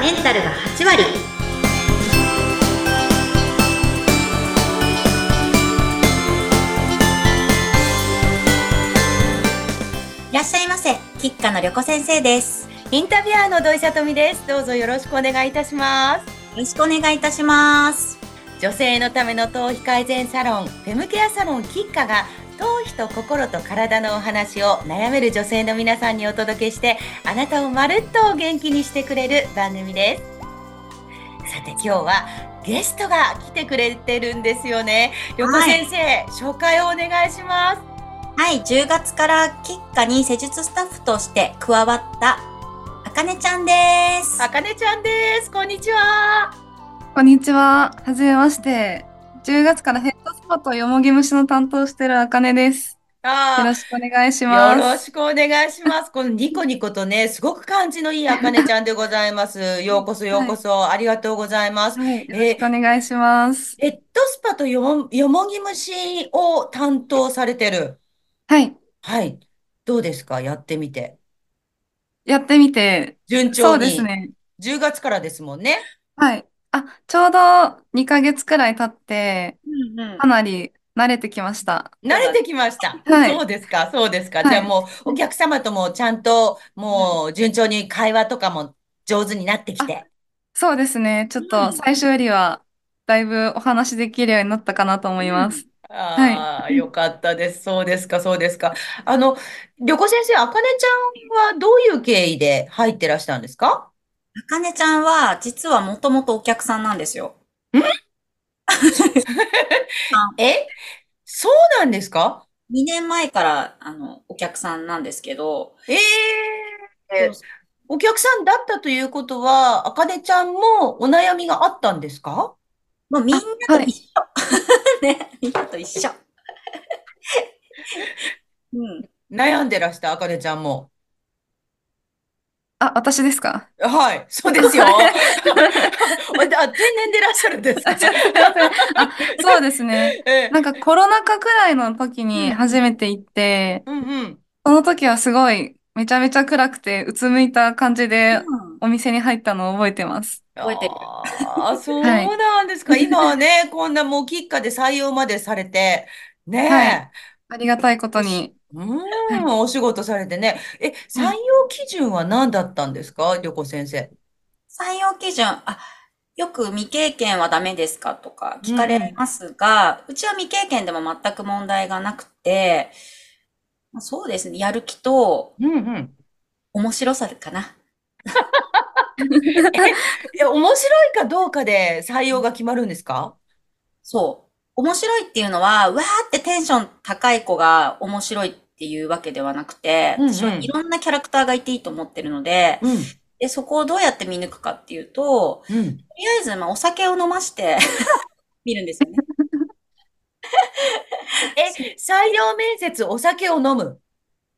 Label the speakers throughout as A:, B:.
A: メンタルが8割
B: いらっしゃいませ。キッカの旅子先生です。よ
C: インタビュアーの土井さとみです。どうぞよろしくお願いいたします。
B: ろしくお願いいたします。
C: 女性のための頭皮改善サロン、フェムケアサロンキッカが頭皮と心と体のお話を悩める女性の皆さんにお届けして、あなたをまるっと元気にしてくれる番組です。さて今日はゲストが来てくれてるんですよね。旅子先生、紹介をお願いします。
B: はい、10月からキッカに施術スタッフとして加わった、あかねちゃんです。
C: あかねちゃんです。こんにちは。
D: こんにちは。はじめまして。10月からヘッドスパとよもぎ虫の担当してるあかねです。
C: あ
D: よろしくお願いし
C: よ
D: ま
C: ろ
D: す。
C: しくお願いします。このニコニコとね、すごく感じのいいあかねちゃんでございます。ようこそようこそ、ありがとうございます。
D: はい、よろしくお願いします。
C: ヘッドスパとよも、よもぎ虫を担当されてる。
D: はい、
C: はい。どうですかやってみて。
D: やってみて、
C: 順
D: そ
C: 調
D: うです
C: に。
D: ね。
C: 10月からですもんね。
D: はい。あ、ちょうど2ヶ月くらい経って、かなり慣れてきました。
C: 慣れてきました。
D: はい
C: そうですか、そうですか。
D: はい
C: じゃあもう、お客様ともちゃんと、もう、順調に会話とかも上手になってきて。
D: そうですね。ちょっ
C: う
D: と
C: ん
D: 最初よりは、だいぶお話できるようになったかなと思います。
C: ああ、よかったです。そうですか、そうですか。あの、旅子先生、あかねちゃんはどういう経緯で入ってらしたんですか
B: あかねちゃんは、実はもともとお客さんなんですよ。
C: えそうなんですか
B: 2年前から、あの、お客さんなんですけど、
C: ええお客さんだったということは、あかねちゃんもお悩みがあったんですか
B: もうみんなと一緒。 ね、みんなと一緒。 うん。
C: 悩んでらした、あかねちゃんも。
D: あ、私ですか
C: はい、そうですよ。あ、 天然でいらっしゃるん ですか
D: あ、そうですね。
C: ええ
D: なんかコロナ禍くらいの時に
C: うん
D: 初めて行って、
C: うんうん。
D: その時はすごいめちゃめちゃ暗くてうつむいた感じで
B: うん
D: お店に入ったのを覚えてます。
B: 覚えてる
C: あ あ、そう
D: はい
C: なんですか。今はね、こんなもうきっかで採用までされて、ねえ、
D: はいありがたいことに。
C: うーん、お仕事されてね。え、採用基準は何だったんですか、旅子先生。
B: 採用基準、あ、よく未経験はダメですかとか聞かれますが、うちは未経験でも全く問題がなくて、まあそうですね、やる気と
C: うんうん。
B: 面白さかな。
C: いや、面白いかどうかで採用が決まるんですか
B: そう。面白いっていうのは、わーってテンション高い子が面白いっていうわけではなくて、
C: うんうん
B: 私はいろんなキャラクターがいていいと思ってるので、
C: うん、
B: で、そこをどうやって見抜くかっていうと、
C: うん。
B: とりあえず、まあ、お酒を飲まして 見るんですよね。
C: え、採用面接、お酒を飲む。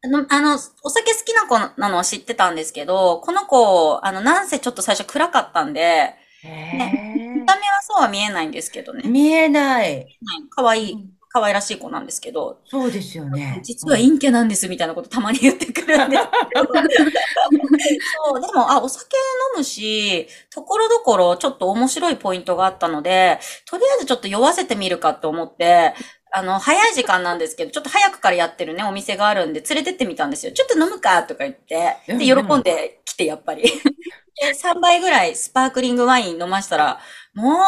B: あの、あの、お酒好きな子なのは知ってたんですけど、この子、あの、なんせちょっと最初暗かったんで、見た目はそうは見えないんですけどね。
C: 見えな
B: は
C: い。
B: い可愛い、可愛らしい子なんですけど、
C: そうですよね。
B: 実は陰キャなんですみたいなことたまに言ってくるんですけど。そう、でも、あ、お酒飲むし、ところどころちょっと面白いポイントがあったので、とりあえずちょっと酔わせてみるかと思って、あの、早い時間なんですけど、ちょっと早くからやってるね、お店があるんで、連れてってみたんですよ。ちょっと飲むかとか言って、で、
C: うん
B: 喜
C: うん
B: んできて、やっぱり。で、3杯ぐらいスパークリングワイン飲ましたら、もう、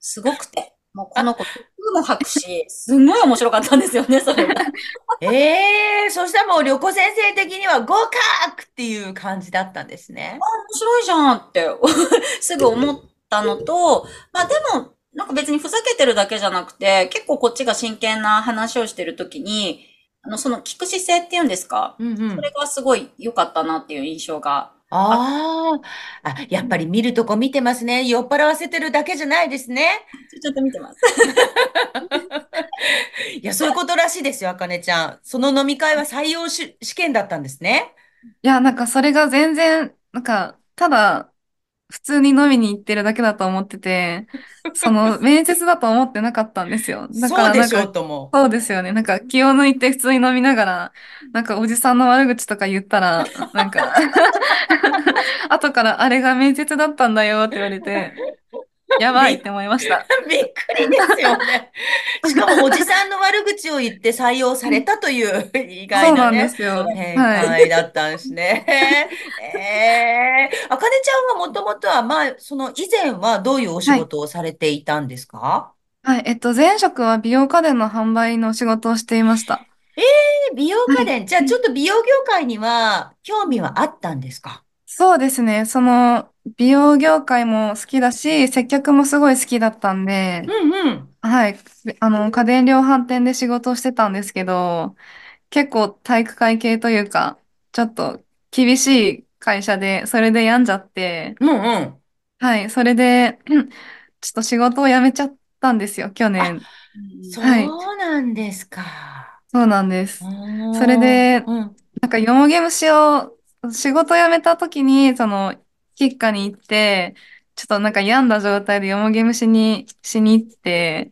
B: すごくて、もうこの子、すぐも吐くし、すんごい面白かったんですよね、それが。
C: ええそしたらもう旅子先生的には合格っていう感じだったんですね。
B: 面白いじゃんって すぐ思ったのと、まあでも、なんか別にふざけてるだけじゃなくて、結構こっちが真剣な話をしてるときに、あの、その聞く姿勢っていうんですか
C: うんうん
B: それがすごい良かったなっていう印象が。
C: ああ、あ、やっぱり見るとこ見てますね。酔っ払わせてるだけじゃないですね。
B: ちょっと見てます。
C: いや、そういうことらしいですよ、あかねちゃん。その飲み会は採用し試験だったんですね。
D: いや、なんかそれが全然、なんかただ普通に飲みに行ってるだけだと思っ てて、その、面接だと思ってなかったんですよ。だか
C: そう
D: ら
C: で
D: なん
C: しょ
D: か、
C: うとも。
D: そうですよね。なんか気を抜いて普通に飲みながら、なんかおじさんの悪口とか言ったら、な んか後からあれが面接だったんだよって言われて、やばいって思いました。
C: びっくりですよ ね。しかもおじさんの悪口を言って採用されたという 意
D: そ
C: 外
D: うな
C: なん
D: で
C: ね。
D: すよ。
C: 展
D: はい。
C: 開だったんですね。 えー、あかねちゃんはもともとは、まあ、その以前はどういうお仕事をされていたんですか、
D: はい。えっと、前職は美容家電の販売の仕事をしていました。
C: で美容家電、じゃあちょっと美容業界には興味はあったんですか
D: そうですね。その、美容業界も好きだし、接客もすごい好きだったんで、
C: うんうん。
D: はい。あの、家電量販店で仕事をしてたんですけど、結構体育会系というか、ちょっと厳しい会社で、それで病んじゃって、
C: うんうん。
D: はい。それで、うんちょっと仕事を辞めちゃったんですよ、去年。
C: そう
D: はい
C: なんですか。
D: そうなんです。
C: そ
D: それで
C: うん、
D: なんか、よもげ虫を、仕事辞めた時に、その、吉家に行って、ちょっとなんか病んだ状態でよもげ虫にしに行って、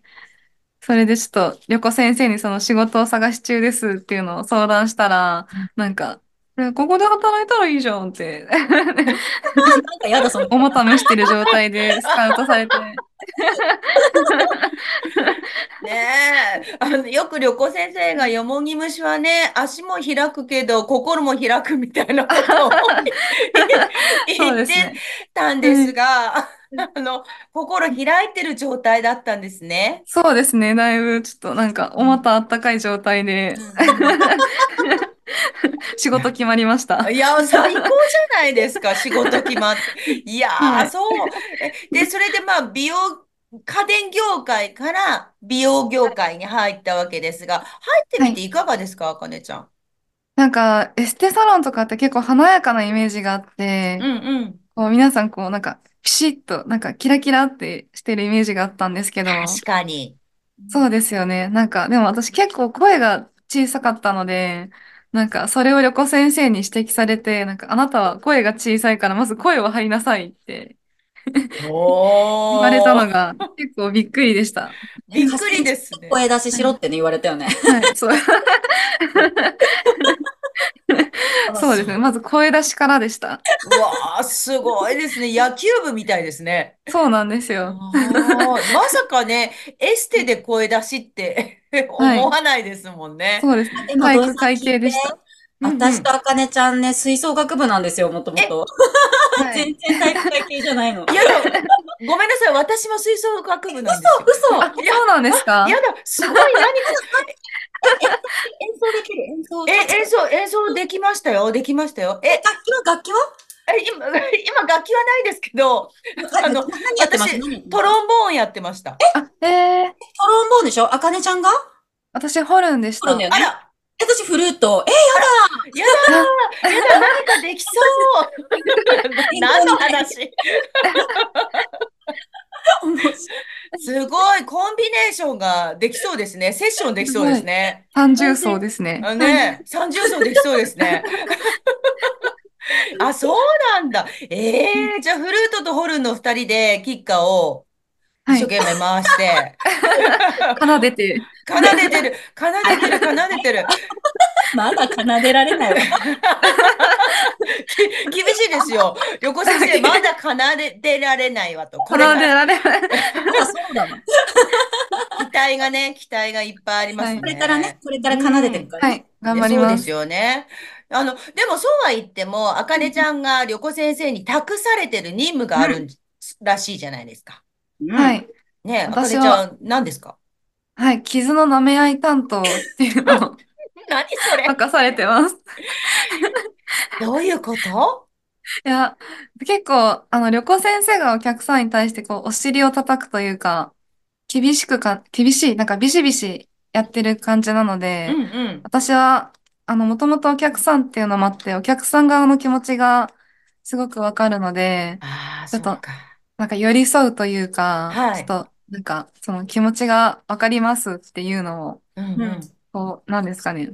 D: それでちょっと、旅子先生にその仕事を探し中ですっていうのを相談したら
C: うん、
D: なんか、えここで働いたらいいじゃんって、
B: なんかやだ、その。
D: おもためしてる状態でスカウトされて、
C: ねえ、あの、よく旅行先生がよもぎ虫はね、足も開くけど、心も開くみたいなことを
D: そう
C: 言
D: で
C: っ
D: す
C: て
D: ね。
C: たんですが、あの、心開いてる状態だったんですね。
D: そうですね。だいぶ、ちょっとなんか、お股あったかい状態で、仕事決まりました。
C: いや、最高じゃないですか、仕事決まって。いや
D: は
C: ー、
D: い
C: そう。えで、それでまあ、美容、家電業界から美容業界に入ったわけですが、入ってみていかがですか、あかねちゃん。
D: なんか、エステサロンとかって結構華やかなイメージがあって
C: う、んうん。
D: こう皆さんこうなんか、ピシッと、なんかキラキラってしてるイメージがあったんですけど、
C: 確かに。
D: そうですよね。なんか、でも私結構声が小さかったので、なんかそれを旅子先生に指摘されて、なんかあなたは声が小さいからまず声を張りなさいって言
C: お
D: われたの
C: ー
D: が結構びっくりでした。
C: びっくりですね。
B: 声出ししろってね、言われたよね。
D: は い、そう。そうですね。まず声出しからでした。
C: うわあ、すごいですね。野球部みたいですね。
D: そうなんです
C: あ
D: よ。
C: ーまさかね、エステで声出しって
D: はい
C: 思わないですもんね。
D: そうです。
B: 今
D: 体
B: 土井
D: 育
B: さん聞い
D: 会
B: て
D: 系でした。
C: うんうん
B: 私とあかねちゃんね、吹奏楽部なんですよ、もともと。
D: はい
B: 全然体育会系じゃないの。
C: いやだ、ごめんなさい。私も吹奏楽部なんですよ。
B: 嘘
D: あ、そうなんですか
C: やだ、すごい何
B: 演奏できる演奏。
C: え、演奏、演奏できましたよ。できましたよ。え、
B: え、楽器は楽器は
C: え今、今楽器はないですけど、あの、
B: 何やってます
C: 私
B: 何やってます
C: トロンボーンやってました。
D: あ、えー、
B: トロンボーンでしょあかねちゃんが
D: 私、ホルンでし
B: ホルンだよ
C: あ
D: た。
B: ね。
C: ら、
B: え私フルート。え、
C: やだー、やだ、何かでき そう。何の話
B: 面白い
C: すごい、コンビネーションができそうですね。セッションできそうですね。
D: 三重奏ですね。
C: あね、三重奏できそうで すね。あ、そうなんだ。ええじゃあフルートとホルンの二人でキッカを
D: は
C: 一生
D: い。
C: 懸命回して、
D: 奏でて。
C: 奏でてる、奏でてる、奏でてる。
B: まだ奏でられないわ。
C: き厳しいですよ。旅 行先生、まだ奏でられないわと。こ
D: 奏
C: れ
D: で
C: が
D: られない。
B: まだそうだもん。
C: 期待がね、期待がいっぱいありますね。
B: これからね、これから奏でてるから
D: は
B: ね。
D: い。頑張り
C: そう
D: ま
C: です
D: す。
C: よね。あの、でもそうは言っても、あかねちゃんが旅子先生に託されてる任務があるんらしいじゃないですか。
D: は
B: うん。
D: い。
C: ねえ、あかね
D: 私
C: ち
D: は
C: ゃん、何です か
D: はい。傷の舐め合い担当っていうのを
C: 何それ
D: 任されてます。
C: どういうこと
D: いや、結構、あの、旅行先生がお客さんに対して、こう、お尻を叩くというか、厳しくか、厳しい、なんかビシビシやってる感じなの
C: う
D: で、
C: んうん。
D: 私は、あの、もともとお客さんっていうのもあって、お客さん側の気持ちがすごくわかるので、
C: ああ、
D: ち
C: そ
D: ょ
C: う
D: っと
C: か。
D: なんか寄り添うというか、
C: はい
D: ちょっと、なんか、その気持ちがわかりますっていうのを、
C: うんうん。
D: こう、なんですかね。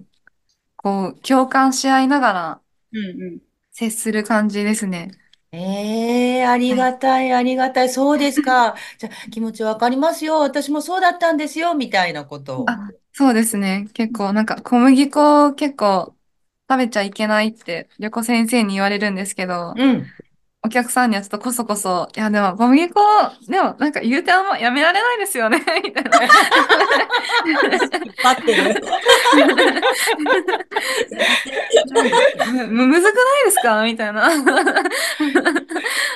D: こう、共感し合いながら
B: うんうん。
D: 接する感じですね。
C: ええありがたい、ありがたい。そうですか。 じゃあ、気持ちわかりますよ。私もそうだったんですよ。みたいなことを。
D: あ、そうですね。結構、なんか小麦粉を結構食べちゃいけないって旅行先生に言われるんですけど、
C: うん。
D: お客さんにはちょっとこそこそ、いや、でも小麦粉、でもなんか言うてあんまやめられないですよね、 みたい な。
B: 引っ張ってる。
D: む、むずくないですかみたいな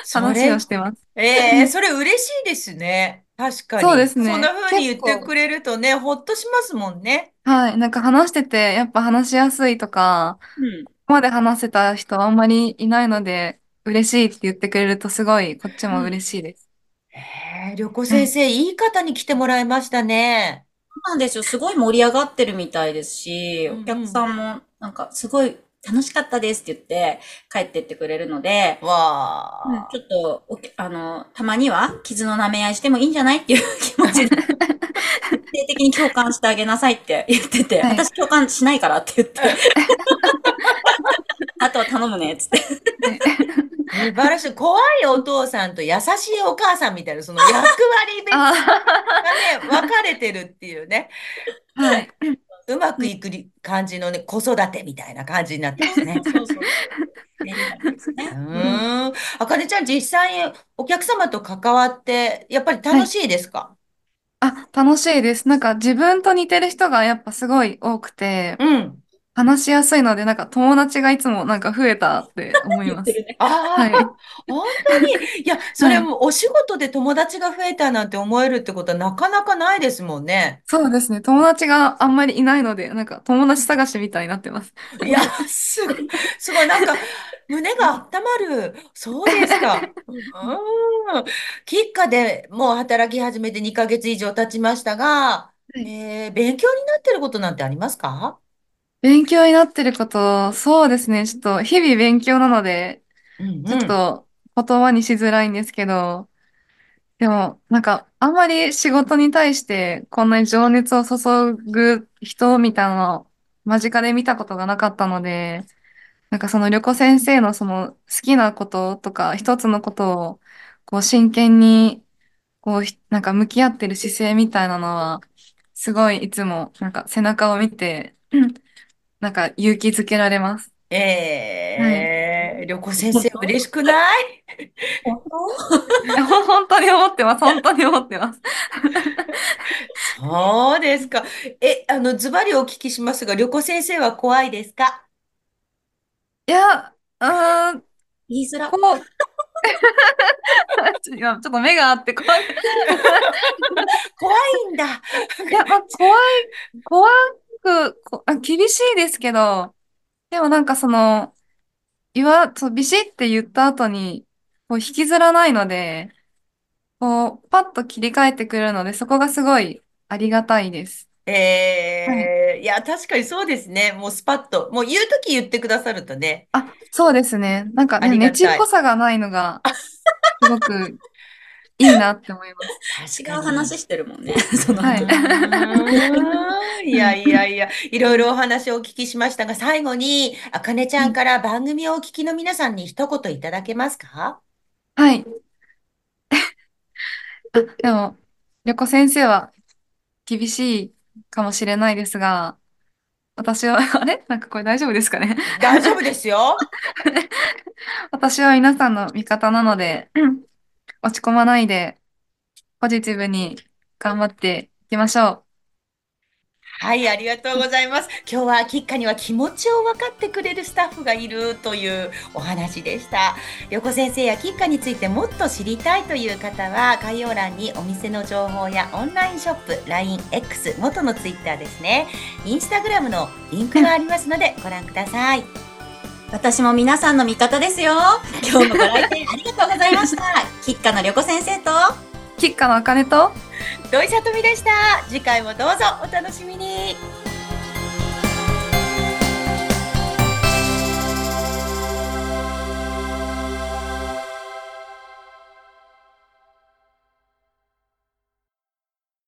C: そ
D: 話
C: れ
D: を、してます。
C: ええそれ嬉しいですね。確か
D: そう
C: に。
D: ですね
C: そんな風に言っ
D: 結構
C: てくれるとね、ほっとしますもんね。
D: はい。なんか話してて、やっぱ話しやすいとか、
B: うん。
D: ここまで話せた人あんまりいないので、嬉しいって言ってくれるとすごい、こっちも嬉しいです。
C: ええ旅行先生、いい方に来てもらいましたね。
B: そうなんですよ。すごい盛り上がってるみたいですし、
C: うんうん
B: お客さんもなんかすごい楽しかったですって言って帰ってってくれるので、
C: わ
B: うん
C: あ。
B: ちょっとおけ、あの、たまには傷の舐め合いしてもいいんじゃないっていう気持ちで、徹底的に共感してあげなさいって言ってて、
D: はい
B: 私共感しないからって言って、あとは頼むねっつって。
C: 素晴らしい。怖いお父さんと優しいお母さんみたいな、 その役割別が
D: あ
C: ね、分かれてるっていうね、
D: あ、はい。
C: うまくいくり感じのね、子育てみたいな感じになってます ね。
B: そうそうそう。ねです
C: う
B: ね
C: ーん。あかねちゃん、実際お客様と関わって、やっぱり楽しいですか
D: あ、楽しいです。なんか自分と似てる人がやっぱすごい多くて、
C: うん。
D: 話しやすいので、なんか友達がいつもなんか増えたって思い
B: 言っ
D: ま
B: て
D: す。
B: るね。
C: あ
D: はい。
C: あ、本当に。いや、それもお仕事で友達が増えたなんて思えるってことはなかなかないですもんね。
D: そうですね。友達があんまりいないので、なんか友達探しみたいになってます。
C: いや、すごい、すごい、なんか、胸が温まる。そうですか。うーん。キッカでもう働き始めて2ヶ月以上経ちましたが、
D: い
C: えー勉強になってることなんてありますか
D: 勉強になってること、そうですね。ちょっと日々勉強なので、
C: うん
D: ちょっと言葉にしづらいんですけど、でもなんかあんまり仕事に対してこんなに情熱を注ぐ人みたいなのを間近で見たことがなかったので、なんかその旅子先生のその好きなこととか一つのことをこう真剣にこうひなんか向き合ってる姿勢みたいなのはすごいいつもなんか背中を見て うんなんか勇気づけら れます。
C: えー、旅行先生嬉しくない
B: 本当
D: えほ本当に思ってます。本当に思ってます。
C: そうですか。え、あの、ズバリお聞きしますが、旅行先生は怖いですか
D: いや、うーん、
B: 言いづら。
D: こう、 ちょ今ちょっと目があっ て怖い。
C: 怖いんだ。
D: いや、まあ、怖い、怖く、こあ、厳しいですけど、でもなんかその、言わ、そう、ビシって言った後に、こう引きずらないので、こう、パッと切り替えてくれるので、そこがすごいありがたいです。
C: えー、いや、確かにそうですね。もうスパッと。もう言うとき言ってくださるとね。
D: あ、そうですね。なんか
C: あ
D: ね、
C: りが
D: ね
C: たい
D: ちっこさがないのが、すごくいいなって思います。
C: 確
B: 違
C: か
B: う
C: に。
B: 話 してるもんね。その後、
D: はい
C: うーん いやいやいや、いろいろお話をお聞きしましたが、最後に、あかねちゃんから番組をお聞きの皆さんに一言いただけますか
D: はい。 あ、でも、旅子先生は厳しいかもしれないですが、私は、 あれなんかこれ大丈夫ですかね
C: 大丈夫ですよ。
D: 私は皆さんの味方なので、うん落ち込まないで、ポジティブに頑張っていきましょう。
C: はい、ありがとうございます。今日はきっかには気持ちを分かってくれるスタッフがいるというお話でした。横先生やきっかについてもっと知りたいという方は概要欄にお店の情報やオンラインショップ、LINE、X、元の Twitter ですね、インスタグラムのリンクがありますのでご覧ください。
B: 私も皆さんの味方ですよ。 今日もご来店ありがとうございました。キッカの旅子先生と、
D: 吉花のあかねと、
C: 土井さとみでした。次回もどうぞお楽しみに。